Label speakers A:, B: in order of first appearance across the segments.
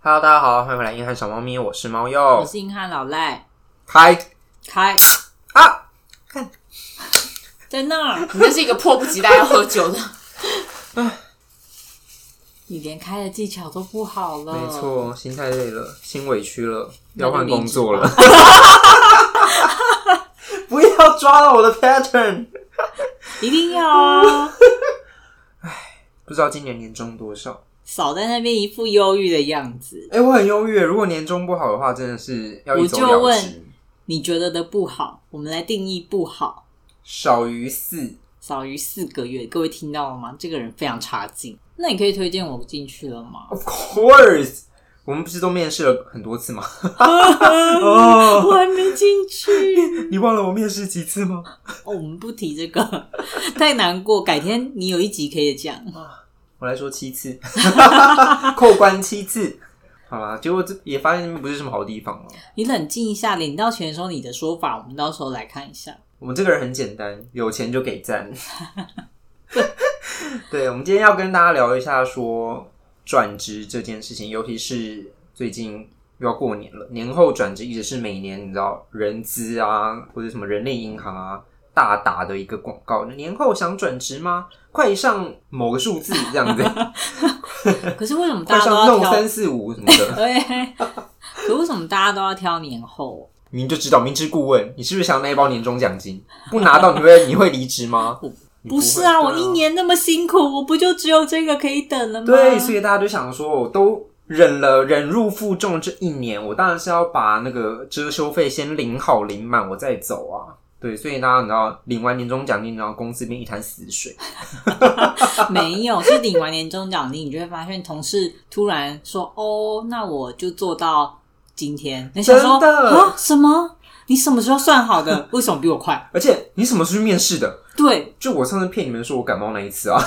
A: Hello，大家好，欢迎回来《硬汉小猫咪》，我是猫
B: 我
A: 鼬。
B: 是硬汉老赖，
A: 开
B: 开
A: 啊！
B: 在那儿，你就是一个迫不及待要喝酒的，你连开的技巧都不好了，
A: 没，错，心太累了，心委屈了，要换工作了。 不要抓到我的 pattern。
B: 一定要啊！
A: 不知道今年年终多少？
B: 少在那边一副忧郁的样子，
A: 哎、我很忧郁耶。如果年终不好的话，真的是要一走
B: 我就
A: 了之
B: 问，你觉得的不好，我们来定义不好，
A: 少于四。
B: 少于四个月，各位听到了吗？这个人非常差劲。那你可以推荐我进去了吗？
A: Of course，我们不是都面试了很多次 吗？哦，
B: 我还没进去，
A: 你忘了我面试几次吗？
B: 哦，我们不提这个，太难过。改天你有一集可以讲。
A: 我来说七 次，扣关七次。好啦，结果这也发现不是什么好地方啊了。
B: 你冷静一下，领到钱的时候你的说法，我们到时候来看一下。
A: 我们这个人很简单，有钱就给赞。 对，我们今天要跟大家聊一下说转职这件事情，尤其是最近又要过年了，年后转职一直是每年你知道人资啊或者什么人力银行啊大打的一个广告。年后想转职吗？快上某个数字这 样子，
B: 可是为什么
A: 快
B: 大家都
A: 上
B: 要
A: 弄
B: 挑
A: 三？四五什么的，
B: 对， 可为什么大家都要挑年后？
A: 你就知道明知故问，你是不是想要那一包年终奖金？不拿到你会你会离职吗？你
B: 不
A: 会
B: 是啊，
A: 对
B: 我一年那么辛苦，我不就只有这个可以等了吗？
A: 对，所以大家就想说，我都忍了，忍辱负重这一年，我当然是要把那个遮羞费先领好领满，我再走啊。对，所以大家你知道，领完年终奖金，然后公司变一潭死水。啊
B: 没有，是领完年终奖金，你就会发现同事突然说：“ 哦，那我就做到今天。”你想说
A: 真的
B: 啊什么？你什么时候算 好的？为什么比我快？
A: 而且你什么时候去面试的？
B: 对，
A: 就我上次骗你们说我感冒那一次啊，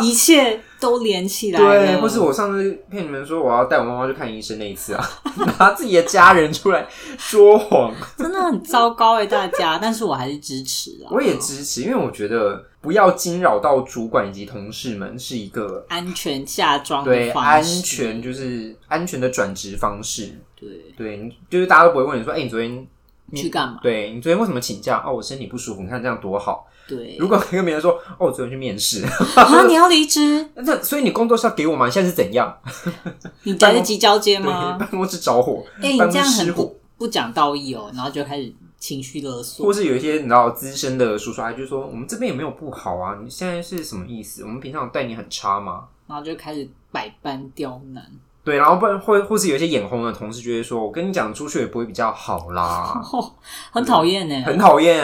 B: 一切都连起来了。
A: 对，或是我上次骗你们说我要带我妈妈去看医生那一次啊，拿自己的家人出来说谎，
B: 真的很糟糕哎、大家，但是我还是支持啊。
A: 我也支持，因为我觉得不要惊扰到主管以及同事们是一个
B: 安全下装的
A: 对，
B: 方
A: 安
B: 式
A: 全就是安全的转职方式。
B: 对，
A: 对，你就是大家都不会问你说，哎、你昨天你
B: 去干嘛？
A: 对你昨天为什么请假？哦，我身体不舒服，你看这样多好。
B: 对，
A: 如果跟别人说，哦，我昨天去面试，
B: 啊，你要离职？
A: 那所以你工作是要给我吗？你现在是怎样？
B: 你宅在急交接
A: 对，
B: 吗？
A: 办公室着火，
B: 哎、你
A: 办公
B: 这样
A: 室失
B: 很
A: 火，
B: 不不讲道义哦，然后就开始情绪勒索。
A: 或是有一些你知道资深的叔叔阿姨就说，我们这边也没有不好啊，你现在是什么意思？我们平常有待你很差吗？
B: 然后就开始百般刁难，
A: 对，然后不然或或是有一些眼红的同事就会说，我跟你讲，出去也不会比较好啦。
B: 哦，很讨厌呢。
A: 很讨厌。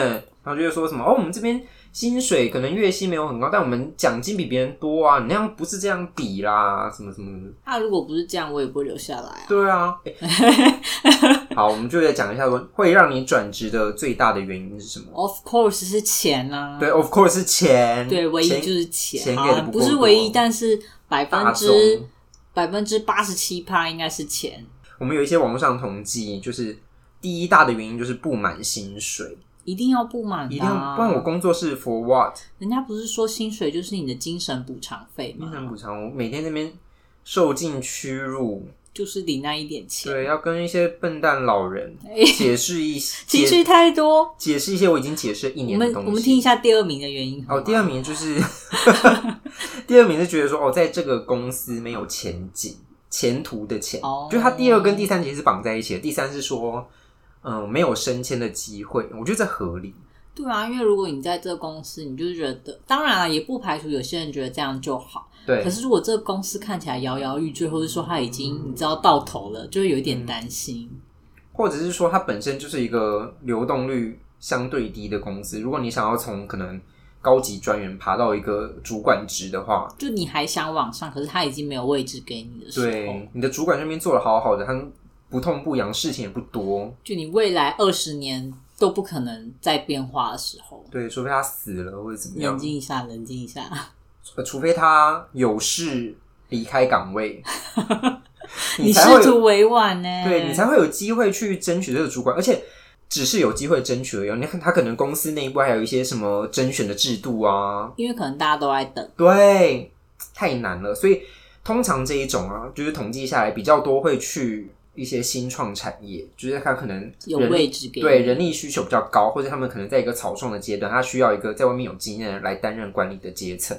A: 然后就会说什么哦，我们这边薪水可能月薪没有很高，但我们奖金比别人多啊，你那样不是这样比啦，什么什么的。
B: 那、啊如果不是这样，我也不会留下来啊。
A: 对 啊，欸好，我们就来讲一下说会让你转职的最大的原因是什么？
B: Of course 是钱啊，
A: 对，of course 是钱，
B: 对，唯一
A: 钱
B: 就是钱
A: 钱给的
B: 啊，
A: 不
B: 不
A: 够
B: 是
A: 多
B: 唯一，但是百
A: 大
B: 分之
A: 众。
B: 百分之八十七趴应该是钱，
A: 我们有一些网络上统计，就是第一大的原因就是不满薪水，
B: 一定要不满
A: 一
B: 的
A: 定
B: 啊、
A: 要不然我工作是 for what？
B: 人家不是说薪水就是你的精神补偿费
A: 精神
B: 吗？
A: 补偿，我每天那边受尽屈辱，
B: 就是领那一点钱，啊
A: 对，要跟一些笨蛋老人解释一些
B: 哎 情绪太多。
A: 解释一些我已经解释了一
B: 我
A: 年的
B: 们
A: 东西。
B: 我们听一下第二名的原因好
A: 哦，
B: 吗
A: 第二名就是 第二名是觉得说哦，在这个公司没有前景，前途的前，
B: 哦
A: 就他第二跟第三其实是绑在一起的。第三是说，嗯、没有升迁的机会，我觉得这合理。
B: 对啊，因为如果你在这个公司，你就觉得，当然啊了，也不排除有些人觉得这样就好。
A: 对
B: 可，是如果这个公司看起来摇摇欲坠，或者说他已经你知道到头了，就会有一点担心。
A: 或者是说它本身就是一个流动率相对低的公司，如果你想要从可能高级专员爬到一个主管职的话，
B: 就你还想往上，可是他已经没有位置给你的时候，
A: 对，你的主管这边做的好好的，他不痛不痒，事情也不多。
B: 就你未来二十年都不可能再变化的时候，
A: 对，除非他死了或者怎么
B: 冷
A: 样，
B: 静一下，冷静一下。
A: 呃除非他有事离开岗 位，
B: 你
A: 才会
B: 试
A: 有
B: 图委婉呢、
A: 对你才会有机会去争取这个主管，而且只是有机会争取而已。你看他可能公司内部还有一些什么甄选的制度啊，
B: 因为可能大家都在等，
A: 对，太难了。所以通常这一种啊，就是统计下来比较多会去一些新创产业，就是他可能
B: 有
A: 人
B: 位置给
A: 对
B: 你
A: 人力需求比较高，或者他们可能在一个草创的阶段，他需要一个在外面有经验的人来担任管理的阶层。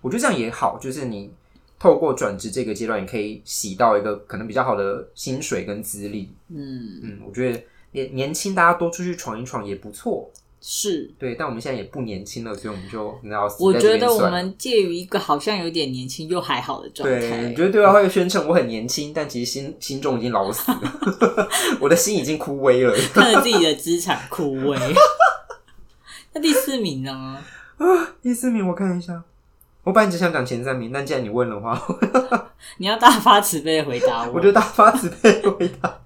A: 我觉得这样也好，就是你透过转职这个阶段，你可以洗到一个可能比较好的薪水跟资历。
B: 嗯，
A: 嗯，我觉得年年轻大家多出去闯一闯也不错。
B: 是。
A: 对，但我们现在也不年轻了，所以我们就你知道，死
B: 我
A: 在这
B: 觉
A: 边
B: 得我
A: 算
B: 们介于一个好像有点年轻又还好的状
A: 对，
B: 态
A: 你觉，得对方会宣称我很年轻，但其实心心中已经老死了， 我的心已经枯萎了。
B: 看着自己的资产枯萎。 那第四名呢？
A: 第四名，我看一下，我本来只想讲前三名，但既然你问的话，
B: 你要大发慈悲地回答我。
A: 我就大发慈悲地回答。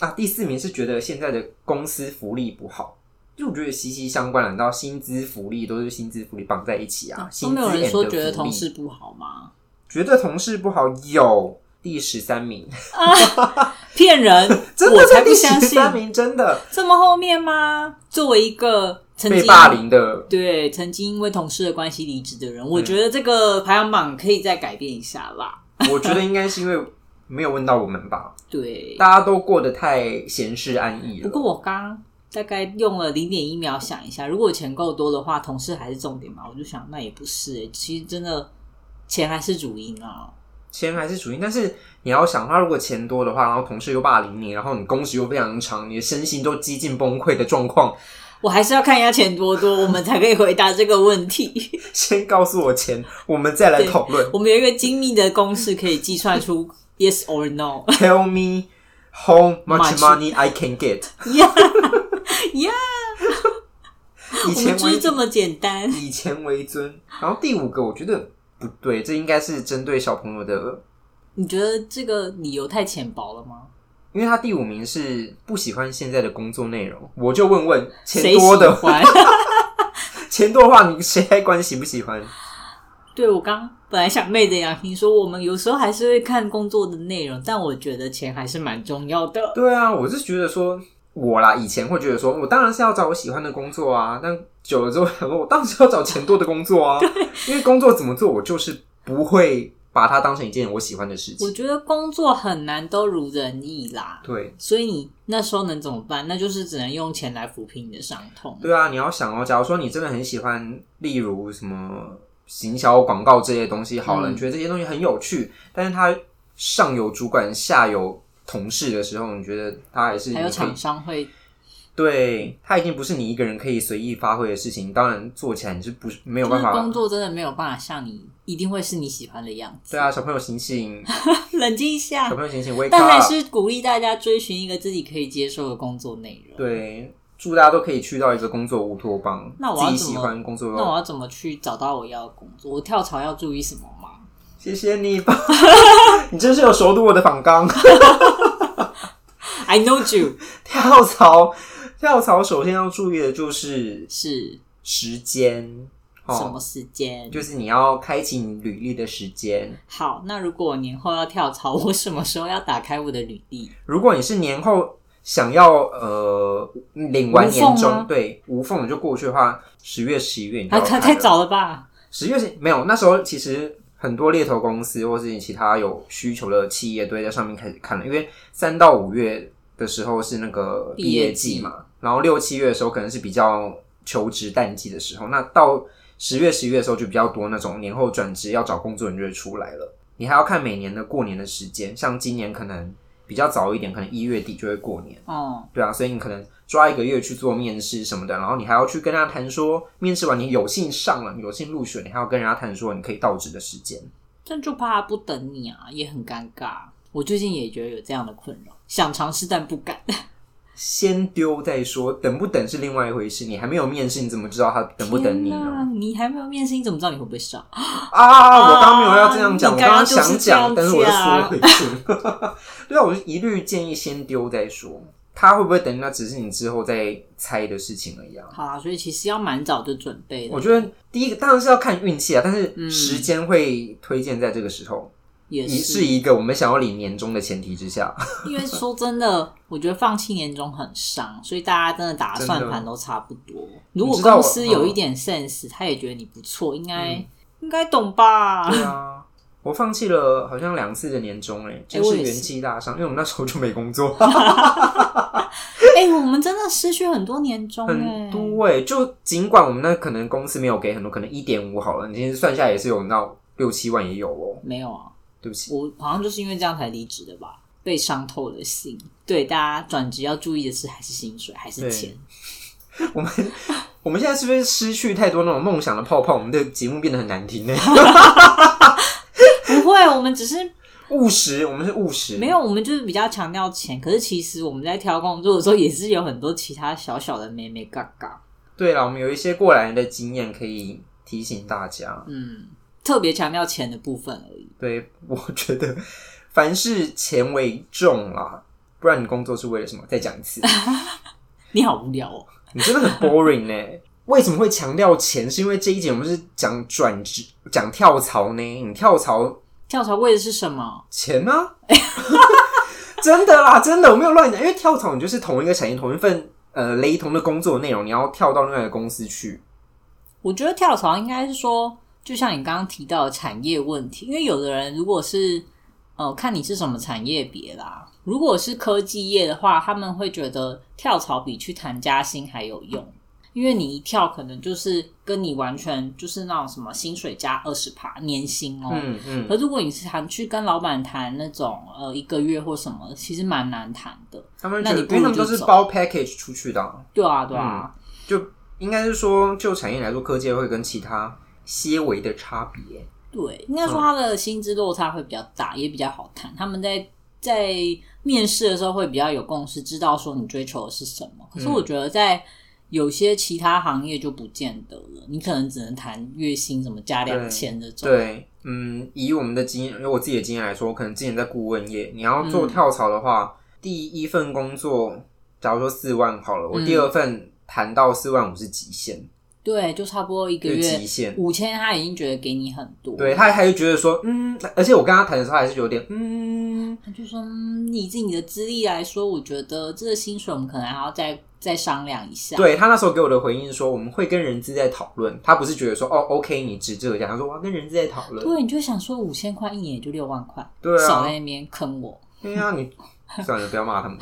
A: 啊，第四名是觉得现在的公司福利不好，就我觉得息息相关了。你知道薪资福利都是薪资福利绑在一起啊，
B: 哦都
A: 薪资
B: 没有人说
A: and
B: 觉得同
A: 福利
B: 事不好吗？
A: 觉得同事不好有第十三名，！
B: 骗人
A: 真
B: 我
A: 的
B: 才
A: 是
B: 不
A: 第
B: 相
A: 十
B: 信。
A: 三名，真的
B: 这么后面吗？作为一个曾经
A: 被霸凌的
B: 对曾经因为同事的关系离职的人，
A: 嗯
B: 我觉得这个排行榜可以再改变一下啦。
A: 我觉得应该是因为没有问到我们吧，
B: 对，
A: 大家都过得太闲适安逸
B: 不
A: 了。
B: 过我刚大概用了零点一秒想一下，如果钱够多的话，同事还是重点嘛？我就想那也不是、欸，其实真的钱还是主因啊。
A: 钱还是主因，但是你要想，他如果钱多的话，然后同事又霸凌你，然后你工时又非常长，你的身心都几近崩溃的状况，
B: 我还是要看一下钱多多，我们才可以回答这个 问题。
A: 先告诉我钱，我们再来讨论。
B: 我们有一个精密的公式可以计算出 yes or no。
A: Tell me how much
B: Much
A: money I can get。
B: Yeah，
A: 以
B: 我
A: 前
B: 们就
A: 为
B: 是这么简单。
A: 以钱为尊，然后第五个我觉得不对，这应该是针对小朋友的，
B: 你觉得这个理由太浅薄了吗？
A: 因为他第五名是不喜欢现在的工作内容。我就问问，钱
B: 谁喜
A: 多的
B: 欢？
A: 钱多的话，你谁还管喜不喜欢？
B: 对我刚本来想昧着良心说，我们有时候还是会看工作的内容，但我觉得钱还是蛮重要的。
A: 对啊，我是觉得说，我啦，以前会觉得说我当然是要找我喜欢的工作啊，但久了之后，想说我当然是要找钱多的工作啊，因为工作怎么做，我就是不会把它当成一件我喜欢的事
B: 我
A: 情。
B: 觉得工作很难都如人意啦，
A: 对，
B: 所以你那时候能怎么办？那就是只能用钱来抚平你的伤痛。
A: 对啊，你要想哦，假如说你真的很喜欢，例如什么行销、广告这些东西，好了，
B: 嗯
A: 你觉得这些东西很有趣，但是它上有主管，下有同事的时候，你觉得它还是
B: 还有
A: 你可以
B: 厂商会
A: 对，它已经不是你一个人可以随意发挥的事情。当然，做起来你是不是没有
B: 就
A: 办
B: 是
A: 法？
B: 工作真的没有办法像你，一定会是你喜欢的样子。
A: 对啊，小朋友醒醒，
B: 冷静一
A: 小
B: 下，
A: 朋友醒醒，wake
B: 但还
A: up！
B: 是鼓励大家追寻一个自己可以接受的工作内容。
A: 对，祝大家都可以去到一个工作乌托邦，
B: 那我要
A: 自己
B: 怎么
A: 喜欢工作哦
B: 那我
A: 咯。
B: 要怎么去找到我要的工作？我跳槽要注意什么吗？
A: 谢谢你吧， 你真是有熟读我的访纲。
B: I know you
A: 跳槽，跳槽首先要注意的就是
B: 是
A: 时间
B: 什 么
A: 哦，
B: 时间？
A: 就是你要开启你履历的时间。
B: 好，那如果我年后要跳槽，我什么时候要打开我的履历？
A: 如果你是年后想要呃领完年
B: 无缝
A: 终
B: 吗，
A: 对无缝你就过去的话，十月、十一月你就
B: 啊，
A: 要
B: 太
A: 看
B: 太
A: 了
B: 早了吧？
A: 十月是没有，那时候其实很多猎头公司或是其他有需求的企业都会在上面开始看了，因为三到五月的时候是那个
B: 毕
A: 毕
B: 业
A: 业
B: 季
A: 季嘛，然后六七月的时候可能是比较求职淡季的时候，那到十月、十一月的时候就比较多那种年后转职要找工作人就会出来了。你还要看每年的过年的时间，像今年可能比较早一点，可能一月底就会过年。
B: 哦、
A: 对啊，所以你可能抓一个月去做面试什么的，然后你还要去跟他谈说，面试完你有幸上了，你有幸入选，你还要跟人家谈说你可以到职的时间。
B: 但就怕他不等你啊，也很尴尬。我最近也觉得有这样的困扰，想尝试但不敢。
A: 先丢再说，等不等是另外一回事。你还没有面试，你怎么知道他等不等你
B: 天哪
A: 呢？
B: 你还没有面试，你怎么知道你会不会上？
A: 啊，我刚刚没有要这样讲，我
B: 啊你
A: 刚刚
B: 刚刚就是
A: 想
B: 这样
A: 但是我又缩
B: 讲
A: 回去。 对啊，我就一律建议先丢再说。他会不会等你，那只是你之后再猜的事情而已啊。
B: 好啊，所以其实要蛮早就准备
A: 我
B: 的，
A: 觉得第一个当然是要看运气啊，但
B: 嗯
A: 是时间会推荐在这个时候。
B: 也
A: 以
B: 是
A: 是一个我们想要领年终的前提之下，
B: 因为说真的，我觉得放弃年终很伤，所以大家真的打
A: 嗯
B: 算盘都差不多。如果公司有一点 sense，他也觉得你不错，应该应该懂吧？
A: 对啊，我放弃了好像两次的年终哎、真
B: 我
A: 是
B: 也
A: 元
B: 是
A: 气大伤，因为我们那时候就没工作，
B: 哎、我们真的失去很多年终哎、
A: 很多哎、就尽管我们那可能公司没有给很多，可能一点五好了，你其实算下来也是有那六七万也有哦。
B: 没有啊，
A: 对不起，
B: 我好像就是因为这样才离职的吧？被伤透了心。对，大家转职要注意的是，还是薪水，还是
A: 对
B: 钱。
A: 我们现在是不是失去太多那种梦想的泡泡？我们的节目变得很难听呢、
B: 不会，我们只是
A: 务实，我们是务实，
B: 没有，我们就是比较强调钱。可是其实我们在挑工作的时候，也是有很多其他小小的妹妹嘎嘎。
A: 对啦，我们有一些过来人的经验可以提醒大家。
B: 嗯，特别强调钱的部分而已。
A: 对，我觉得凡事钱为重啦，不然你工作是为了什么？再讲一次，
B: 你好无聊哦。
A: 你真的很 boring 呢、为什么会强调钱？是因为这一节我们是讲转职、讲跳槽呢？你跳槽
B: 跳槽为的是什么？
A: 钱呢、啊？ 真的啦，真的，我没有乱讲，因为跳槽你就是同一个产业、同一份呃雷同的工作内容，你要跳到另外一个公司去。
B: 我觉得跳槽应该是说，就像你刚刚提到的产业问题，因为有的人如果是呃看你是什么产业别啦，如果是科技业的话，他们会觉得跳槽比去谈加薪还有用，因为你一跳可能就是跟你完全就是那种什么薪水加二十趴年薪哦。
A: 嗯嗯，
B: 而如果你是谈去跟老板谈那种呃一个月或什么，其实蛮难谈的。
A: 他们
B: 那
A: 觉得，
B: 你
A: 因
B: 不
A: 为
B: 如
A: 他们
B: 就
A: 都是
B: 走
A: 包 package 出去的啊、
B: 对啊，对啊，
A: 就应该是说，就产业来说，科技会跟其他些微的差
B: 嗯
A: 别。
B: 对，应该
A: 嗯
B: 说他的薪资落差会比较大，也比较好谈。他们在在面试的时候会比较有共识，知道说你追求的是什么。
A: 嗯
B: 可是我觉得在有些其他行业就不见得了，你可能只能谈月薪什么加两千这种。
A: 对，嗯，以我们的经验，以我自己的经验来说，可能之前在顾问业，你要
B: 嗯
A: 做跳槽的话，第一份工作，假如说四万好了，我第
B: 嗯
A: 二份谈到四万五是极限，
B: 对，就差不多一个
A: 是极
B: 月
A: 限。
B: 五千，他已经觉得给你很多。
A: 对，他还是觉得说，嗯，而且我跟他谈的时候，还是有点，嗯，
B: 他就说、嗯以自己的资历来说，我觉得这个薪水我们可能还要再再商量一下。
A: 对他那时候给我的回应是说，我们会跟人资在讨论，他不是觉得说，哦，OK，你值这个价，他说我要跟人资在讨论，
B: 对，你就想说五千块一年也就六万块，
A: 对啊，
B: 少在那边坑我。
A: 对呀、啊你算了，不要骂他们。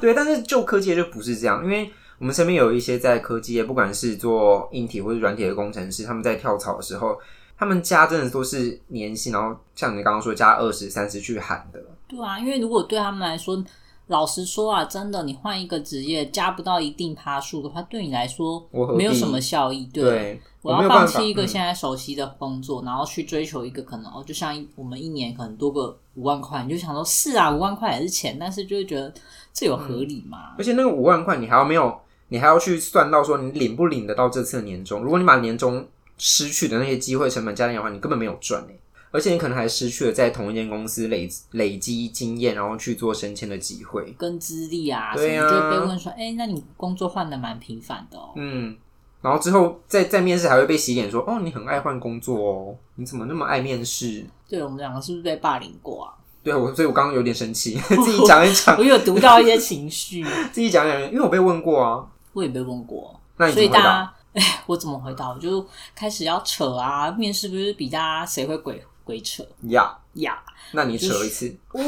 A: 对，但是就科技业就不是这样，因为我们身边有一些在科技业，不管是做硬体或是软体的工程师，他们在跳槽的时候，他们加真的都是年薪，然后像你刚刚说加二十三十去喊的。
B: 对啊，因为如果对他们来说，老实说啊，真的，你换一个职业加不到一定趴数的话，对你来说
A: 我何必
B: 没有什么效益。对，
A: 对，
B: 我
A: 没
B: 要
A: 有办
B: 放
A: 法。
B: 弃一个
A: 嗯
B: 现在熟悉的工作，然后去追求一个可能哦，就像一我们一年可能多个五万块，你就想说是啊，五万块也是钱，但是就会觉得这有
A: 嗯
B: 合理吗？
A: 而且那个五万块，你还要没有，你还要去算到说你领不领得到这次的年终。如果你把年终失去的那些机会成本加进来的话，你根本没有赚、欸、而且你可能还失去了在同一间公司累累积经验，然后去做升迁的机会。
B: 跟资历啊，
A: 对
B: 什
A: 啊
B: 么就会被问说，哎、那你工作换的蛮频繁的哦。
A: 嗯，然后之后在在面试还会被洗脸说，哦，你很爱换工作哦，你怎么那么爱面试？
B: 对我们两个是不是被霸凌过啊？
A: 对我，所以我刚刚有点生气， 自己讲一讲，
B: 我有读到一些情绪，
A: 自己讲一讲，因为我被问过啊。
B: 我也被问过。
A: 那你
B: 所
A: 怎
B: 以
A: 么回
B: 大
A: 答？
B: 家，哎，我怎么回答？我就开始要扯啊，面试不是比大家谁会鬼鬼扯
A: 呀
B: 呀？
A: 那你扯
B: 就
A: 一 次，
B: 我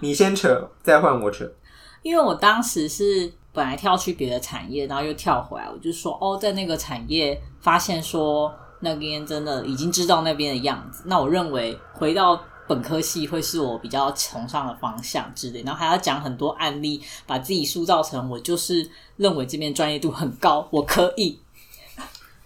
A: 你先扯，再换我扯。
B: 因为我当时是本来跳去别的产业，然后又跳回来，我就说哦，在那个产业发现说那边真的已经知道那边的样子，那我认为回到。本科系会是我比较崇尚的方向之类，然后还要讲很多案例，把自己塑造成我就是认为这边专业度很高，我可以。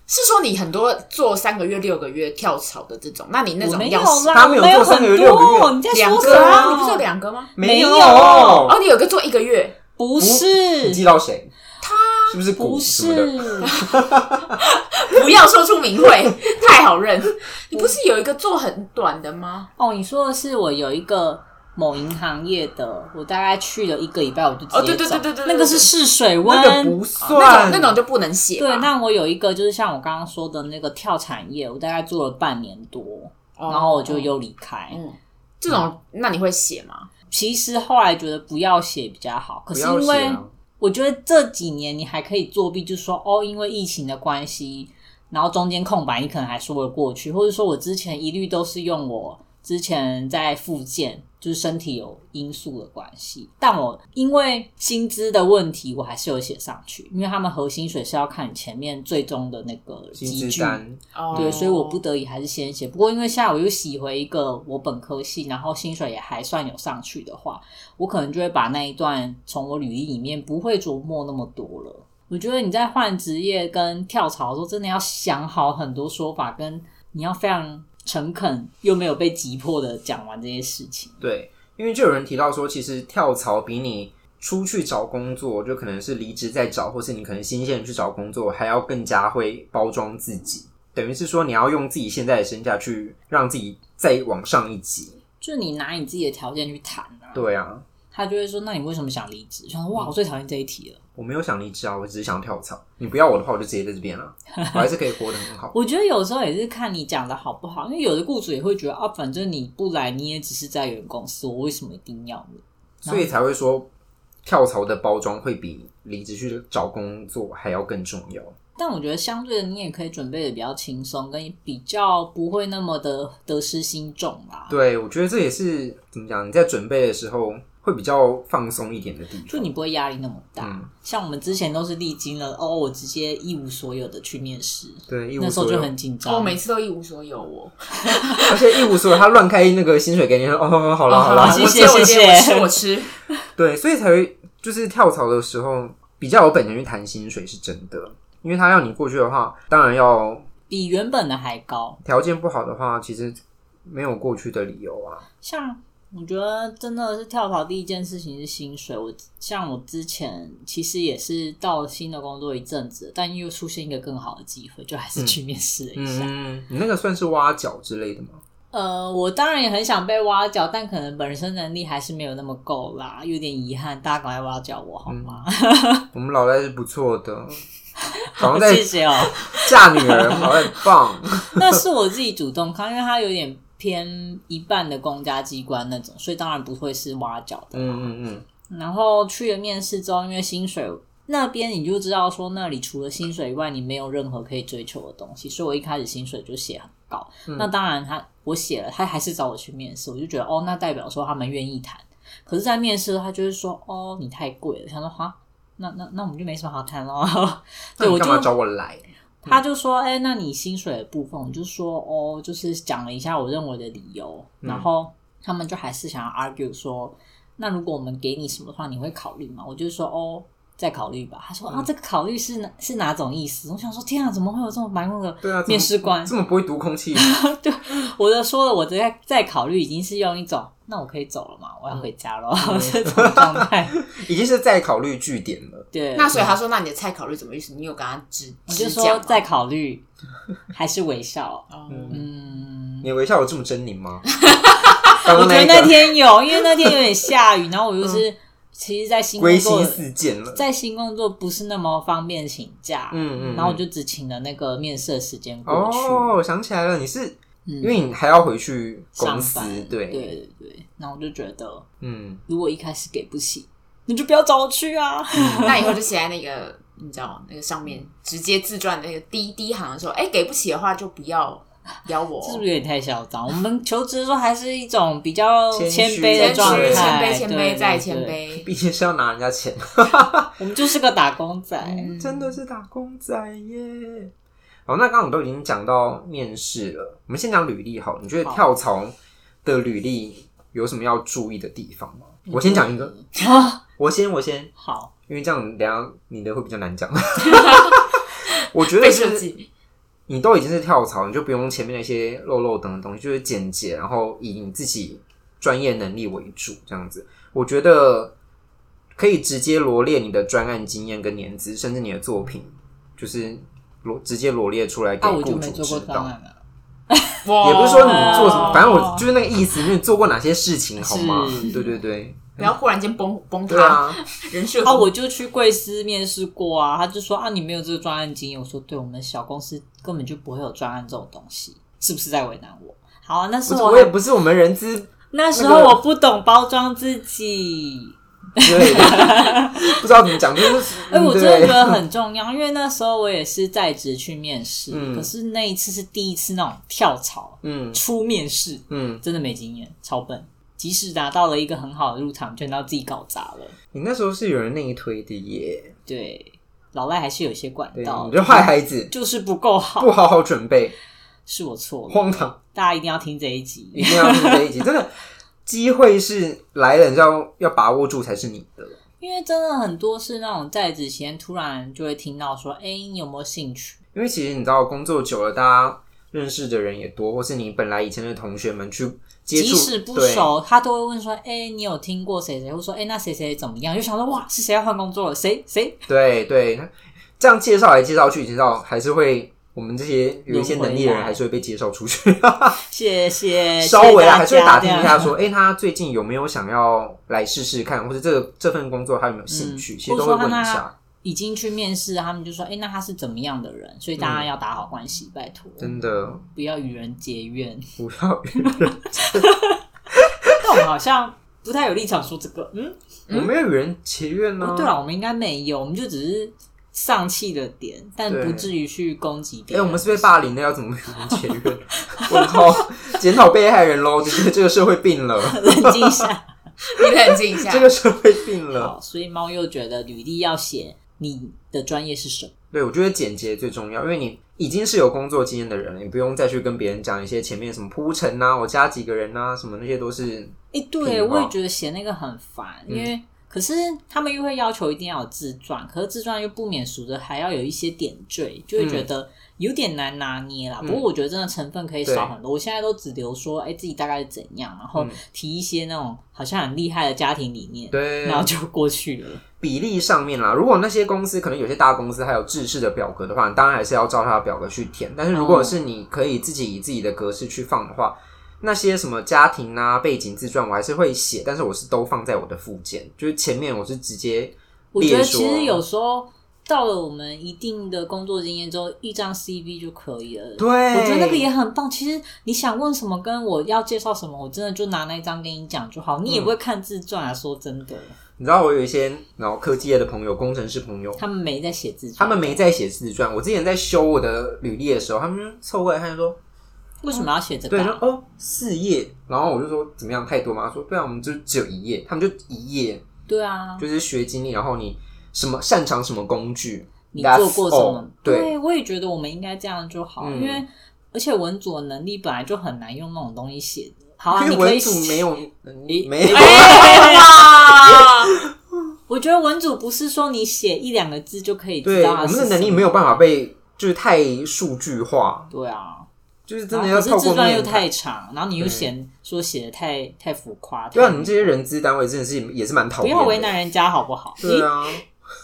C: 是说你很多做三个月、六个月跳槽的这种，那你那
B: 我
C: 种
B: 没有
C: 要死
B: 啦，
A: 他
B: 我
A: 没有
B: 没有
A: 做三
B: 很
A: 个月
B: 多。
A: 六个月
B: 你在
C: 两
B: 说
C: 个
B: 什
C: 啊，
B: 么？
C: 你不是有两个吗？
B: 没有
C: 哦，你有一个做一个月，
A: 你
B: 不是，
A: 寄到谁？他是不是
B: 不
A: 鼓什么的？
B: 是，
C: 不要说出名讳， 太好认。你不是有一个做很短的吗？
B: 哦，你说的是我有一个某银行业的，我大概去了一个礼拜，我就直接
C: 哦对对
B: 走
C: 对对对对
B: 那个是试水
A: 那个
B: 温。
A: 不
C: 那
A: 算，
C: 哦种那种就不能写吧。
B: 对，那我有一个就是像我刚刚说的那个跳产业，我大概做了半年多，
C: 哦
B: 然后我就又离开。
C: 嗯，这种那你会写吗？
B: 其实后来觉得不要写比较好，可
A: 不
B: 是
A: 要
B: 因
A: 写
B: 为
A: 啊。
B: 我觉得这几年你还可以作弊，就说哦，因为疫情的关系，然后中间空白你可能还说得过去，或者说我之前一律都是用我之前在复健，就是身体有因素的关系，但我因为薪资的问题，我还是有写上去，因为他们核薪水是要看你前面最终的那个集
A: 薪资
B: 聚。
A: 单，
C: 哦
B: 对，所以我不得已还是先写。不过因为下午又洗回一个我本科系，然后薪水也还算有上去的话，我可能就会把那一段从我履历里面不会琢磨那么多了。我觉得你在换职业跟跳槽的时候，真的要想好很多说法，跟你要非常诚恳又没有被急迫的讲完这些事情。
A: 对，因为就有人提到说，其实跳槽比你出去找工作，就可能是离职再找，或是你可能新鲜去找工作，还要更加会包装自己，等于是说你要用自己现在的身价去让自己再往上一级。
B: 就你拿你自己的条件去谈啊，
A: 对啊，他
B: 他就会说：“那你为什么想离职？”想说：“哇，我最讨厌这一题了。”
A: 我没有想离职啊，我只是想跳槽。你不要我的话，我就直接在这边了，我还是可以活得很好。
B: 我觉得有时候也是看你讲的好不好，因为有的雇主也会觉得啊，反正你不来，你也只是在原公司，我为什么一定要你？
A: 所以才会说，跳槽的包装会比离职去找工作还要更重要。
B: 但我觉得相对的，你也可以准备的比较轻松，跟比较不会那么的得失心重啦。
A: 对，我觉得这也是怎么讲，你在准备的时候会比较放松一点的地方。
B: 就你不会压力那么大，
A: 嗯
B: 像我们之前都是历经了哦，我直接一无所有的去面试，
A: 对一无
B: 那时候
A: 所有
B: 就，很紧张。
C: 哦我每次都一无所有我。
A: 而且一无所有，他乱开那个薪水给你，哦，哦好了好了，
B: 好谢谢
C: 我接
B: 谢谢
C: 我接我吃我吃。
A: 对，所以才会就是跳槽的时候比较有本钱去谈薪水是真的，因为他要你过去的话，当然要
B: 比原本的还高，
A: 条件不好的话，其实没有过去的理由啊。
B: 像我觉得真的是跳槽第一件事情是薪水。我像我之前其实也是到了新的工作一阵子，但又出现一个更好的机会，就还是啊去面试了一下。
A: 嗯，你那个算是挖角之类的吗？
B: 呃，我当然也很想被挖角，但可能本身能力还是没有那么够啦，有点遗憾。大家赶快挖角我好吗？
A: 嗯我们老赖是不错 的，好像在
B: 谢谢哦。
A: 嫁女儿，好像很 棒。
B: 那是我自己主动看，因为它有点偏一半的公家机关那种，所以当然不会是挖角的。
A: 嗯嗯嗯，
B: 然后去了面试之后，因为薪水那边你就知道说，那里除了薪水以外，你没有任何可以追求的东西，所以我一开始薪水就写很高。
A: 嗯
B: 那当然他我写了，他还是找我去面试，我就觉得哦，那代表说他们愿意谈。可是，在面试的时候他就是说哦，你太贵了，想说哈，那那那我们就没什么好谈咯。 对，
A: 那
B: 我
A: 你
B: 就
A: 干嘛找我来？
C: 嗯
B: 他就说：“哎、那你薪水的部分，我就说哦，就是讲了一下我认为的理由，
C: 嗯
B: 然后他们就还是想要 argue 说，那如果我们给你什么的话，你会考虑吗？”我就说：“哦，再考虑吧。”他
C: 嗯
B: 说：“啊，这个考虑是哪是哪种意思？”我想说：“天啊，怎么会有这种白目的
A: 对啊，怎么
B: 面试官
A: 这么不会读空气，？”
B: 我的说了，我再再考虑，已经是用一种“那我可以走了嘛，我要回家了”
C: 嗯
B: 这种状 态。
A: 已经是在考虑据点了。
B: 对，
C: 那所以他说，那你的菜考虑怎么意思？你有跟他指
B: 我就
C: 指
B: 说
C: 讲吗？
B: 再考虑，还是微笑。
C: 哦
B: 嗯。
A: 你微笑有这么狰狞 吗？刚
B: 我
A: 刚那
B: 觉得
A: 一
B: 那
A: 个嗯
B: 天有，因为那天有点下雨，然后我又是，其实，在新
A: 归
B: 工
A: 心
B: 作，
A: 似箭了。
B: 在新工作不是那么方便请假，
A: 嗯嗯嗯
B: 然后我就只请了那个面试的时间过去，
A: 哦，我想起来了，你是
B: 嗯
A: 因为你还要回去公
B: 上
A: 司
B: 班，，
A: 对，
B: 对对对，然后我就觉得，
A: 嗯，
B: 如果一开始给不起，你就不要找我去啊，
A: 嗯
C: 那以后就写在那个你知道那个上面，直接自传的那个第一第一行的时候，哎、给不起的话就不要邀 我。
B: 是不是有点太嚣张？我们求职的时候还是一种比较
A: 谦虚
B: 谦卑
C: 谦
B: 的
C: 虚
B: 状态，
C: 谦卑，谦
B: 对
C: 卑再
B: 对
C: 谦
B: 对
C: 卑。
A: 毕竟是要拿人家钱，
B: 我们就是个打工仔，
A: 嗯
C: 嗯
A: 真的是打工仔耶。好，那刚刚我们都已经讲到面试了，我们先讲履历好了。你觉得
B: 好
A: 跳槽的履历有什么要注意的地方吗？我先讲一个，
B: 啊，
A: 我先，我先，
B: 好，
A: 因为这样，等一下你的会比较难讲。 我觉得
C: 被设
A: 是
C: 计，
A: 你都已经是跳槽，你就不用前面那些漏漏等的东西，就是简洁，然后以你自己专业能力为主，这样子。我觉得可以直接罗列你的专案经验跟年资，甚至你的作品，就是罗直接罗列出来给
B: 啊，我
A: 雇
B: 就没
A: 主
B: 做
A: 知
B: 过
A: 道。
B: 专案了，
A: 也
B: 哦
C: 也
A: 不是说你做什么，反正我就是那个意思，就是你做过哪些事情，好吗？
B: 是
A: 对对对，
C: 不要忽然间崩崩
A: 对
C: 塌
A: 啊，
C: 人设
B: 啊，我就去贵司面试过啊，他就说啊，你没有这个专案经验。我说，对我们小公司根本就不会有专案这种东西，是不是在为难我？好啊，那时
A: 不是
B: 候我
A: 我也不是我们人资
B: 那时
A: 那
B: 候
A: 个
B: 我不懂包装自己，
A: 之类的，不 知道怎么讲，就是
B: 哎、我真的
A: 嗯对
B: 觉得很重要，因为那时候我也是在职去面试，
A: 嗯
B: 可是那一次是第一次那种跳槽
A: 嗯
B: 出面试，
A: 嗯，
B: 真的没经验，超笨。即使拿到了一个很好的入场券，到自己搞砸了。
A: 你那时候是有人内推的耶，
B: 对，老赖还是有一些管
A: 对，
B: 道
A: 你，这坏孩子，
B: 就是不够好
A: 不，好好准备，
B: 是我错了。
A: 荒唐，
B: 大家一定要听这一集。
A: 一定要听这一集，真的。机会是来了，你知道要把握住才是你的。
B: 因为真的很多是那种在职前突然就会听到说，哎、你有没有兴趣？
A: 因为其实你知道，工作久了，大家认识的人也多，或是你本来以前的同学们去接
B: 即
A: 触，
B: 使不
A: 对
B: 熟，他都会问说，哎、你有听过谁谁？或说，哎、那谁谁怎么样？就想说，哇，是谁要换工作了？谁谁？
A: 对对，这样介绍来介绍去，你知道还是会我们这些有一些能力的
B: 轮回
A: 人
B: 来
A: 还是会被介绍出去，
B: 谢谢，
A: 稍微啊还是
B: 呃谢谢
A: 会打
B: 大家
A: 听一
B: 这
A: 下
B: 样
A: 说，哎、他最近有没有想要来试试看，或者这个这份工作他有没有兴趣，
B: 嗯
A: 其实都会问
B: 或
A: 一
B: 者说他
A: 下，
B: 已经去面试，他们就说，哎、那他是怎么样的人？所以大家要打好关系，拜托，
A: 嗯真的
B: 不要与人结怨。
A: 不要，
B: 但我们好像不太有立场说这个，嗯，
A: 我没有与人结怨啊呢、
B: 不对了，啊哦我们应该没有，我们就只是丧气的点，但
A: 对
B: 不至于去攻击别
A: 哎、
B: 人。
A: 我们是被霸凌的，要怎么与人结怨？问号，检讨被害人喽！ 这个这个社会病 了，
B: 冷静一下。
C: 你冷静一下。
A: 这个社会病了。
B: 好，所以猫又觉得履历要写你的专业是什么。
A: 对，我觉得简洁最重要，因为你已经是有工作经验的人了，你不用再去跟别人讲一些前面什么铺陈啊，我加几个人啊，什么那些都是
B: 哎、对，
A: 品话
B: 我也觉得写那个很烦，因为、可是他们又会要求一定要有自传，可是自传又不免俗的还要有一些点缀，就会觉得有点难拿捏啦。不过我觉得真的成分可以少很多，我现在都只留说，哎、自己大概是怎样，然后
A: 嗯
B: 提一些那种好像很厉害的家庭理念，
A: 对
B: 然后就过去了。
A: 比例上面啦。如果那些公司可能有些大公司还有制式的表格的话，你当然还是要照它的表格去填。但是如
B: 哦
A: 果是你可以自己以自己的格式去放的话，那些什么家庭啊、背景自传，我还是会写，但是我是都放在我的附件，就是前面我是直接
B: 我觉
A: 列
B: 得
A: 说
B: 其实有时候到了我们一定的工作经验之后，一张 CV 就可以了。
A: 对，
B: 我觉得那个也很棒。其实你想问什么，跟我要介绍什么，我真的就拿那一张跟你讲就好。你
A: 嗯
B: 也不会看自传啊，说真的，
A: 你知道我有一些然后科技业的朋友、工程师朋友，
B: 他们没在写自传，
A: 他们没在写自传。我之前在修我的履历的时候，他们凑过来看说，
B: 为什么要写这
A: 对，
B: 个
A: 说
B: 啊？
A: 哦四页，然后我就说怎么样太多吗？他说对啊，我们就只有一页，他们就一页，
B: 对啊，
A: 就是学经历，然后你什么擅长什么工具，
B: 你做过什
A: That's
B: 么
A: all，？对，
B: 我也觉得我们应该这样就好，
A: 嗯
B: 因为而且文组的能力本来就很难用那种东西写的。好、啊，
A: 因
B: 你
A: 为
B: 可以
A: 文组没
B: 有。
A: 有嗯
B: 你
A: 没有，
C: 哎 哇！
B: 我觉得文组不是说你写一两个字就可以知
A: 对，
B: 道
A: 我
B: 它
A: 们
B: 是什么，
A: 的能力没有办法被就是太数据化，
B: 对啊，
A: 就是真
B: 然
A: 的
B: 后
A: 要
B: 可是
A: 透
B: 自
A: 过
B: 传又
A: 面谈。
B: 太长，然后你又嫌说写的太太浮夸，
A: 对啊，
B: 太
A: 你们这些人资单位真的是也是蛮讨
B: 不
A: 厌的。
B: 要为难人家好不好？
A: 对啊，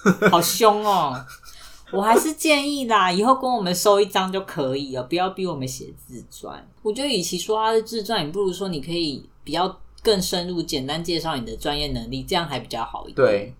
B: 咦好凶哦！ 我还是建议啦，以后跟我们收一张就可以了，不要逼我们写自传。我觉得，与其说他是自传，你不如说你可以比较更深入、简单介绍你的专业能力，这样还比较好一点。
A: 对，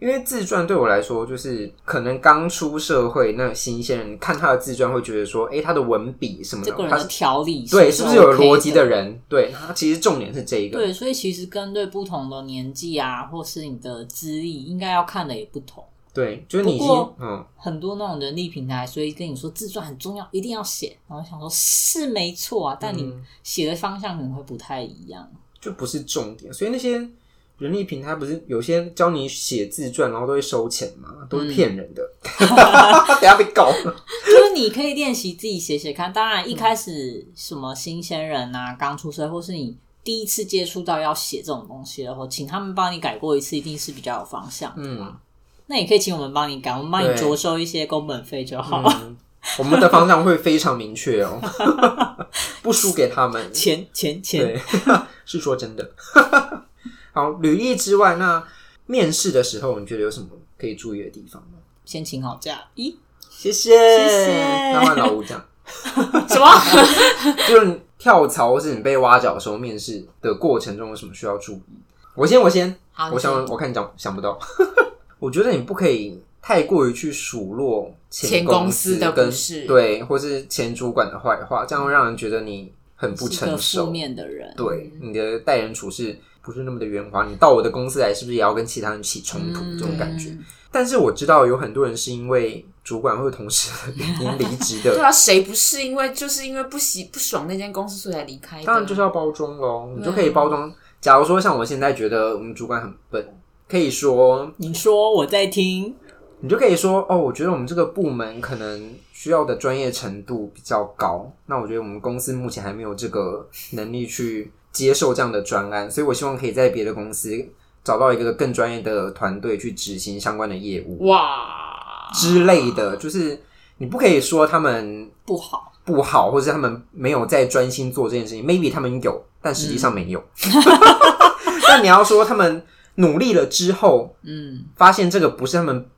A: 因为自传对我来说，就是可能刚出社会那新鲜人看他的自传，会觉得说，诶，他的文笔什么
B: 这
A: 的，
B: 个人
A: 他
B: 的
A: 是
B: 条理
A: 对是不是有
B: OK
A: 逻辑的人？对，他其实重点是这一个。
B: 对，所以其实跟对不同的年纪啊，或是你的资历，应该要看的也不同。
A: 对，就是你已经
B: 不过
A: 嗯，
B: 很多那种人力平台，所以跟你说自传很重要，一定要写。然后想说，是没错啊，但你
A: 嗯
B: 写的方向可能会不太一样。
A: 就不是重点。所以那些人力平台不是有些教你写自传，然后都会收钱嘛，都是骗人的，
B: 嗯
A: 等 下被告。
B: 就是你可以练习自己写写看。当然，一开始什么新鲜人啊，刚出社会，或是你第一次接触到要写这种东西的话，请他们帮你改过一次，一定是比较有方向。
A: 嗯
B: 那也可以请我们帮你改，我们帮你
A: 对
B: 着收一些工本费就好。
A: 嗯，我们的方向会非常明确哦， 不输给他们。
B: 钱钱钱，
A: 对，是说真的。 好，履历之外，那面试的时候，你觉得有什么可以注意的地方吗？
B: 先请好假。咦，
A: 谢谢，
B: 谢
A: 那换老吴讲，
C: 什么？
A: 就是跳槽或是你被挖角的时候，面试的过程中有什么需要注意？我先，我先，
C: 好，
A: 我想，
C: 你
A: 我看你讲想不到。 我觉得你不可以太过于去数落
C: 前
A: 公
C: 公司的
A: 跟
C: 不是
A: 对，或是前主管的坏话，这样会让人觉得你很不
B: 是个
A: 成
B: 负
A: 熟。
B: 面的人。
A: 对，你的待人处事不是那么的圆滑，你到我的公司来是不是也要跟其他人起冲突、这种感觉？
B: 嗯
A: 但是我知道有很多人是因为主管或同事的 原因离职
C: 对
A: 的，
C: 啊，谁不是因为就是因为不喜不爽那间公司所以才离开的？
A: 当然就是要包装喽，你就可以包装。假如说像我现在觉得我们主管很笨，可以说
B: 你说我在听，
A: 你就可以说哦，我觉得我们这个部门可能需要的专业程度比较高，那我觉得我们公司目前还没有这个能力去接受这样的专案，所以我希望可以在别的公司找到一个更专业的团队去执行相关的业务
C: 哇，
A: 之类的，就是你不可以说他们
B: 不好，
A: 不好，或是他们没有在专心做这件事情。Maybe 他们有，但实际上没有。 但你要说他们努力了之后，
B: 嗯，
A: 发现这个不是他们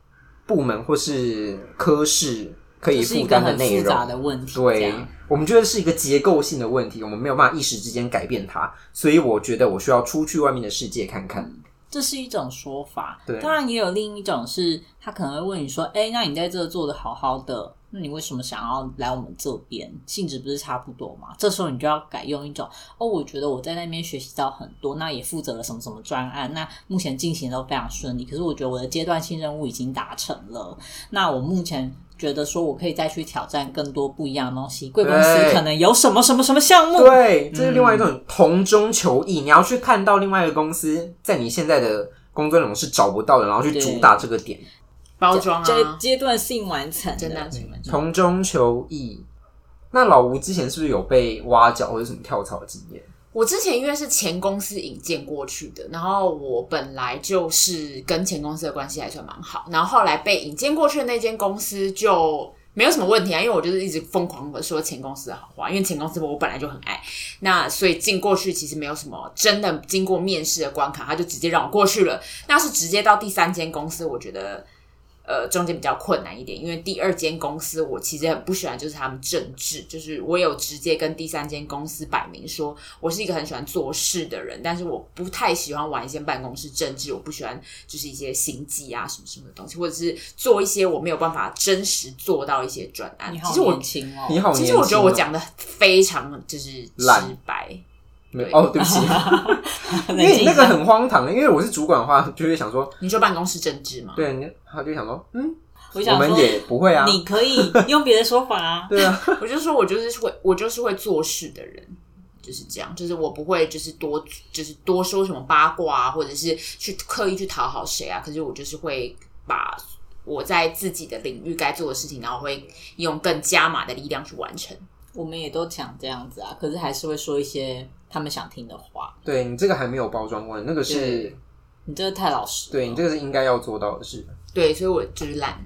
A: 部门或是科室可以
B: 这是一
A: 负
B: 个
A: 担的
B: 很
A: 内
B: 复杂
A: 容。
B: 的问题。这
A: 对
B: 样，
A: 我们觉得是一个结构性的问题，我们没有办法一时之间改变它，所以我觉得我需要出去外面的世界看看。
B: 这是一种说法。
A: 对
B: 嗯当然也有另一种是，他可能会问你说：“哎，那你在这做的好好的，那你为什么想要来我们这边？性质不是差不多吗？”这时候你就要改用一种：“哦，我觉得我在那边学习到很多，那也负责了什么什么专案，那目前进行都非常顺利。可是我觉得我的阶段性任务已经达成了，那我目前。”觉得说我可以再去挑战更多不一样的东西，贵公司
A: 对
B: 可能有什么什么什么项目，
A: 对，这是另外一种同中求异，你要去看到另外一个公司在你现在的工作内容是找不到的，然后去
B: 对
A: 主打这个点。
B: 嗯
C: 包装
B: 这
C: 啊，
B: 阶段性完成
C: 真
B: 的
C: 的，什么的
A: 啊从中求异。那老吴之前是不是有被挖角或者什么跳槽的经验？
C: 我之前因为是前公司引荐过去的，然后我本来就是跟前公司的关系还算蛮好，然后后来被引荐过去的那间公司就没有什么问题啊，因为我就是一直疯狂的说前公司的好话，因为前公司我本来就很爱，那所以进过去其实没有什么真的经过面试的关卡，他就直接让我过去了。那是直接到第三间公司，我觉得。呃，中间比较困难一点，因为第二间公司我其实很不喜欢，就是他们政治，就是我有直接跟第三间公司摆明说，我是一个很喜欢做事的人，但是我不太喜欢玩一些办公室政治，我不喜欢就是一些心计啊什么什么的东西，或者是做一些我没有办法真实做到一些专案
B: 你。
C: 其
B: 好
C: 实我
B: 年，轻哦，
A: 你好
C: 其
A: 年轻哦、
C: 实我觉得我讲的非常就是直
A: 懒
C: 白，
A: 没有哦，对不 起，因为你那个很荒唐。因为我是主管的话，就会想说，
C: 你说办公室政治吗？
A: 对，你他就想说，嗯，
B: 我
A: 我
B: 想
A: 们
B: 说，
A: 也不会啊，。
B: 你可以用别的说法啊
A: 对啊，
C: 我就说我就是会，我就是会做事的人，就是这样，就是我不会就是多就是多说什么八卦啊，或者是去刻意去讨好谁啊。可是我就是会把我在自己的领域该做的事情，然后会用更加码的力量去完成。
B: 我们也都讲这样子啊，可是还是会说一些他们想听的话。
A: 对你这个还没有包装过，那个是
B: 对你这个太老实了，
A: 对你这个是应该要做到的事。
C: 对，所以我就是懒。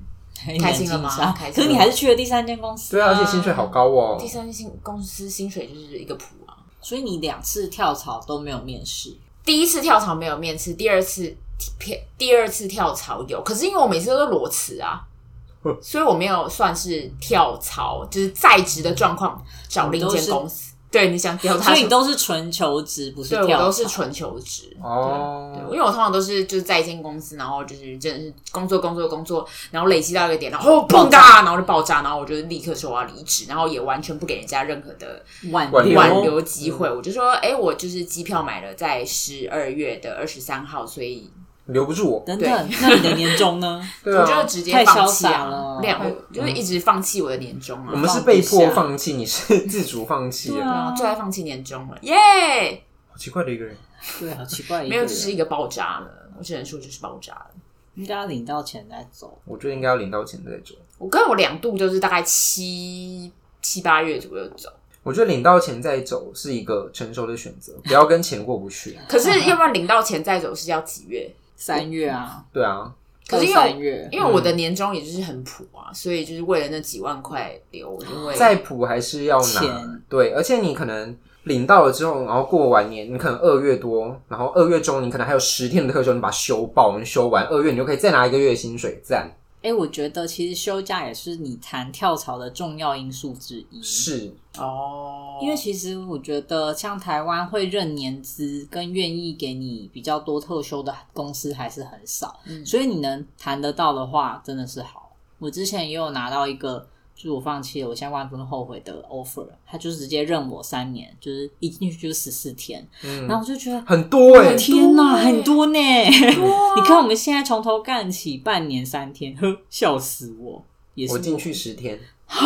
B: 很
C: 开心了吗
B: 冷静一下
C: 开心了
B: 可是你还是去了第三间公司，
A: 对啊，而且薪水好高哦
C: 第，三薪公司薪水就是一个谱啊。
B: 所以你两次跳槽都没有面试，
C: 第一次跳槽没有面试，第二次第二次跳槽有，可是因为我每次都裸辞啊，所以我没有算是跳槽，就是在职的状况找另一间公司。对，你想调他
B: 所以
C: 什
B: 你
C: 么？
B: 都是纯求职，不是
C: 对我
B: 跳
C: 都
B: 槽
C: 是。纯求职。对，因
A: 哦，
C: 为我通常都是就是在一间公司，然后就是真的是工作工作工作，然后累积到一个点，然后砰哒，然后就爆炸，然后我就立刻说我要离职，然后也完全不给人家任何的
B: 挽
A: 挽留
C: 挽留机会。
B: 嗯
C: 我就说，哎、我就是机票买了在十二月的二十三号，所以
A: 留不住我，
B: 等等，那你的年终呢？
A: 对
C: 我就
A: 啊，
C: 直接
B: 太
C: 放
B: 潇
C: 弃
B: 洒
C: 啊
B: 了，嗯
C: 两就是一直放弃我的年终啊。
A: 我们是被迫
B: 放不下
A: 放弃，你是自主放弃
B: 对
A: 的，
B: 啊
C: 啊，最爱放弃年终了，耶、
A: 好奇怪的一个人。
B: 对，好奇怪，
C: 没有，就是一个爆炸了。我只能说就是爆炸了。
B: 应该要领到钱再走。
A: 我觉得应该要领到钱再走。
C: 我跟我两度就是大概七七八月左右走，
A: 我觉得领到钱再走是一个成熟的选择，不要跟钱过不去。啊
C: 可是要不然领到钱再走是要几月？
B: 三月啊，
A: 对啊，
C: 可是因为
B: 二三月，
C: 因为我的年终也就是很普 啊，所以就是为了那几万块留，我就会
A: 再普还是要拿
B: 钱。
A: 对，而且你可能领到了之后，然后过完年，你可能二月多，然后二月中你可能还有十天的特休，你把它休爆，你休完二月你就可以再拿一个月的薪水，赞。
B: 哎、我觉得其实休假也是你谈跳槽的重要因素之一。，
A: 是，
C: 哦，
B: 因为其实我觉得像台湾会认年资跟愿意给你比较多特休的公司还是很少，
C: 嗯
B: 所以你能谈得到的话真的是好。我之前也有拿到一个就是我放弃了我相关不用后悔的 offer，他就直接认我三年，就是一进去就是十四天，
A: 嗯
B: 然后我就觉得。
A: 很多哎、
B: 我的天哪，
C: 欸
B: 很多呢！
C: 哇
A: 啊
B: 你看我们现在从头干起，半年三天，呵，笑死我！也是
A: 我进去十天，
B: 啊，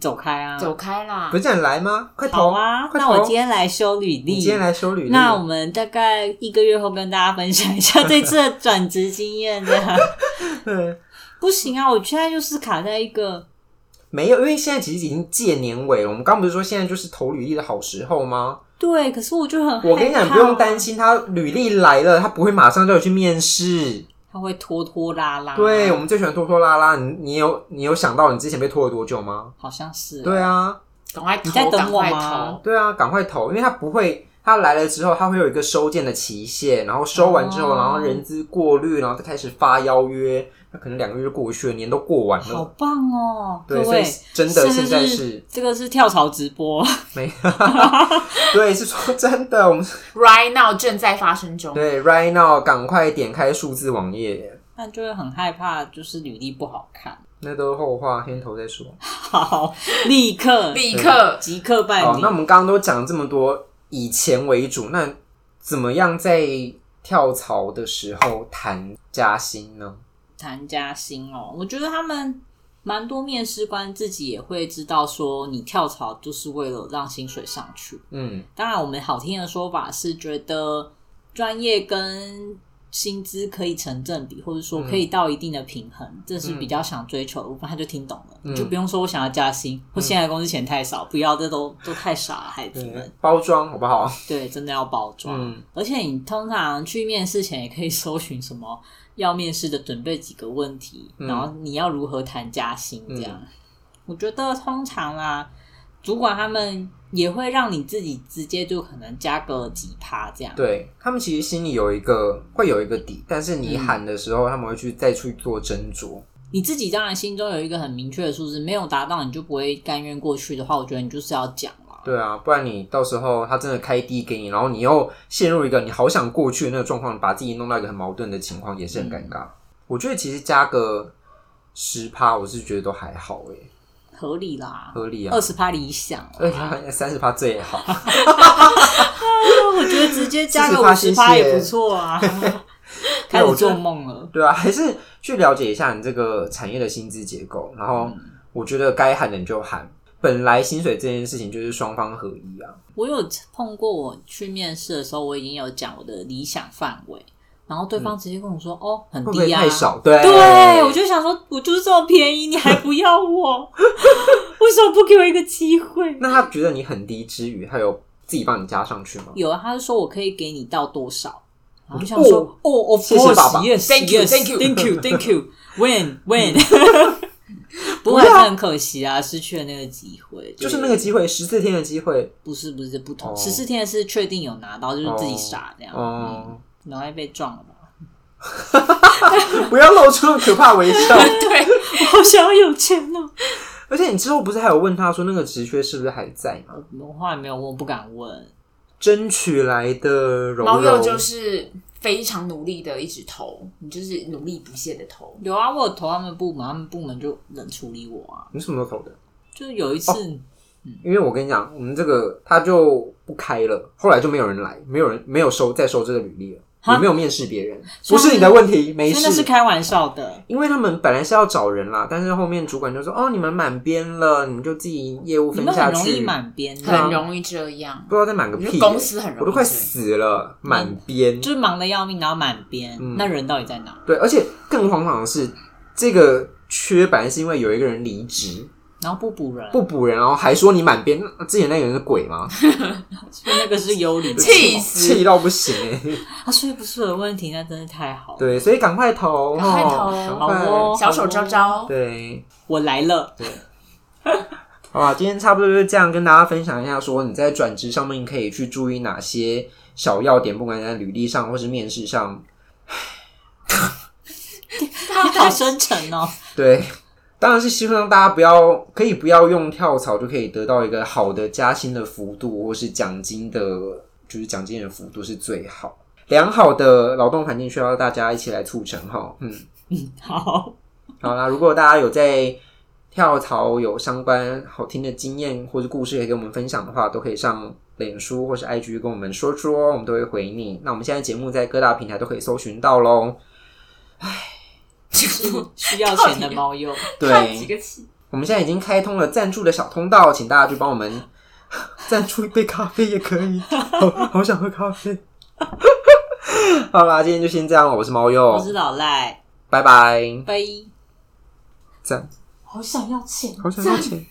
B: 走开啊，
C: 走开啦
A: 不！是叫你来吗？快
B: 好
A: 投
B: 啊！
A: 快
B: 那
A: 投！
B: 我今天来修履历，
A: 你今天来修履历，
B: 那我们大概一个月后跟大家分享一下 这次的转职经验，这样
A: 对
B: 不行啊！我现在就是卡在一个，
A: 没有，因为现在其实已经届年尾了。我们刚不是说现在就是投履历的好时候吗？
B: 对，可是我就很，
A: 我跟你讲，你不用担，心，他履历来了，他不会马上就有去面试。
B: 他会拖拖拉拉，
A: 对，我们最喜欢拖拖拉拉。你你有你有想到你之前被拖了多久吗？
B: 好像是，
A: 对啊，
C: 赶快
B: 你在
C: 投，
B: 等
C: 赶
B: 我
C: 快
B: 吗
C: 投！
A: 对啊，赶快投，因为他不会，他来了之后，他会有一个收件的期限，然后收完之后，
B: 哦
A: 然后人资过滤，然后再开始发邀约，那可能两个月就过去了，年都过完
B: 好
A: 了。
B: 棒哦，各
A: 对，所以
B: 位。
A: 真的
B: 这
A: 现在
B: 个
A: 是
B: 这个是跳槽直播，
A: 没， 对，是说真的，我们
C: Right now 正在发生中。
A: 对 right now 赶快点开数字网页，
B: 那就会很害怕，就是履历不好看。
A: 那都是后话，先投再说。
B: 好，立刻
C: 立刻
B: 即刻办
A: 好，
B: 理
A: 那我。们刚刚都讲了这么多以钱为主，那怎么样在跳槽的时候谈加薪呢？
B: 谈加薪哦，我觉得他们蛮多面试官自己也会知道说，你跳槽就是为了让薪水上去。
A: 嗯，
B: 当然，我们好听的说法是觉得专业跟薪资可以成正比，或者说可以到一定的平衡，这是比较想追求的部分。他就听懂了，
A: 嗯
B: 就不用说我想要加薪，或现在工资钱太少，不要，这都都太傻了，孩子们
A: 对。，包装好不好？
B: 对，真的要包装。
A: 嗯
B: 而且你通常去面试前也可以搜寻什么要面试的准备几个问题，
A: 嗯
B: 然后你要如何谈加薪这样。我觉得通常啦，主管他们也会让你自己直接就可能加个几趴这样。
A: 对他们其实心里有一个会有一个底，但是你喊的时候，他们会去再去做斟酌。
B: 你自己当然心中有一个很明确的数字，没有达到你就不会甘愿过去的话，我觉得你就是要讲啦。
A: 对啊，不然你到时候他真的开低给你，然后你又陷入一个你好想过去的那个状况，把自己弄到一个很矛盾的情况，也是很尴尬。我觉得其实加个十趴，我是觉得都还好诶、
B: 合理啦，
A: 合理啊
B: 二。十趴理想啊啦。
A: 二十三十趴最好，
B: 我觉得直接加个五
A: 40%
B: 十
A: 谢
B: 趴
A: 谢
B: 也不 错啊。 开始做梦了，
A: 对啊，还是去了解一下你这个产业的薪资结构，然后
B: 嗯
A: 我觉得该喊的你就喊。本来薪水这件事情就是双方合一啊，
B: 我有碰过，我去面试的时候，我已经有讲我的理想范围，然后对方直接跟我说：“哦，很
A: 嗯会不会
B: 低啊，
A: 太少？对，
B: 对，我就想说，我就是这么便宜，你还不要我？ 为什么不给我一个机会？
A: 那他觉得你很低之余，他有自己帮你加上去吗？
B: 有啊，他就说我可以给你到多少，然后就
A: 就
B: 想说，哦，of
A: 谢谢爸
B: course,
A: 爸
B: yes,
C: Thank you,
B: yes,
C: thank you.
B: thank you, thank you, when, when。
A: 嗯
B: 不 过还是很可惜啊，失去了那个机会，
A: 就是那个机会，十四天的机会，
B: 不是不是不同，
A: 哦
B: 十四天是确定有拿到，就是自己傻这样，
A: 哦、
B: 嗯，然后被撞了吧。
A: 不要露出可怕微笑。
B: 我好想要有钱哦！
A: 而且你之后不是还有问他说那个职缺是不是还在吗？
B: 我后来没有问，我不敢问。
A: 争取来的柔
C: 猫
A: 柔
C: 鼬就是非常努力的一直投，你就是努力不懈的投。
B: 有啊，我有投他们部门，他们部门就冷处理我啊。
A: 你什么时候投的？
B: 就有一
A: 哦
B: 次，
A: 因为我跟你讲，我们这个他就不开了，后来就没有人来，没有人没有收再收这个履历了，
B: 哈
A: 也没有面试别人，
B: 所
A: 不
B: 以
A: 是你的问题，没
B: 真的是
A: 事。
B: 开玩笑的。
A: 因为他们本来是要找人啦，但是后面主管就说：“哦，你们满编了，你们就自己业务
B: 你
A: 分
B: 们
A: 哦下
B: 很容易
A: 去，
B: 满编
A: 对啊
B: 的，
C: 很容易这样
A: 不，知道再满个
C: 我觉
A: 屁、
C: 得公司很容易
A: 我都快死了，满编。
B: 就是忙的要命，然后满编，
A: 嗯
B: 那人到底在哪？
A: 对，而且更荒唐的是，这个缺本来是因为有一个人离职
B: 然后不补人，
A: 不补人，然后还说你满编，那之前那个人是鬼 吗？
B: 所以那个是有理的。
C: 气死
A: 气到不行哎、
B: 啊，所以不是我的问题，那真是太好了。
A: 对，所以赶快投，
C: 赶快投
A: 吼
B: 好哦，
C: 小手
B: 好
C: 招
B: 哦，
C: 招。
A: 对，
B: 我来了。
A: 好吧，今天差不多就是这样，跟大家分享一下，说你在转职上面可以去注意哪些小要点，不管在履历上或是面试上，
B: 你 太深沉哦，
A: 对，当然是希望大家不要可以不要用跳槽就可以得到一个好的加薪的幅度，或是奖金的，就是奖金的幅度是最好。良好的劳动环境需要大家一起来促成哈，嗯，
B: 好，
A: 好啦，如果大家有在跳槽有相关好听的经验或是故事可以跟我们分享的话，都可以上脸书或是 IG 跟我们说说，我们都会回你。那我们现在节目在各大平台都可以搜寻到喽。
B: 是需要钱的猫 鼬。
C: 看几
A: 对，
C: 个起，
A: 我们现在已经开通了赞助的小通道，请大家去帮我们 赞助一杯咖啡也可以，好好想喝咖啡。 好啦，今天就先这样了，我是猫
B: 我是
A: 鼬，
B: 老赖，
A: 拜拜，
B: 拜。
A: 赞，
B: 好想要钱
A: 好想要钱。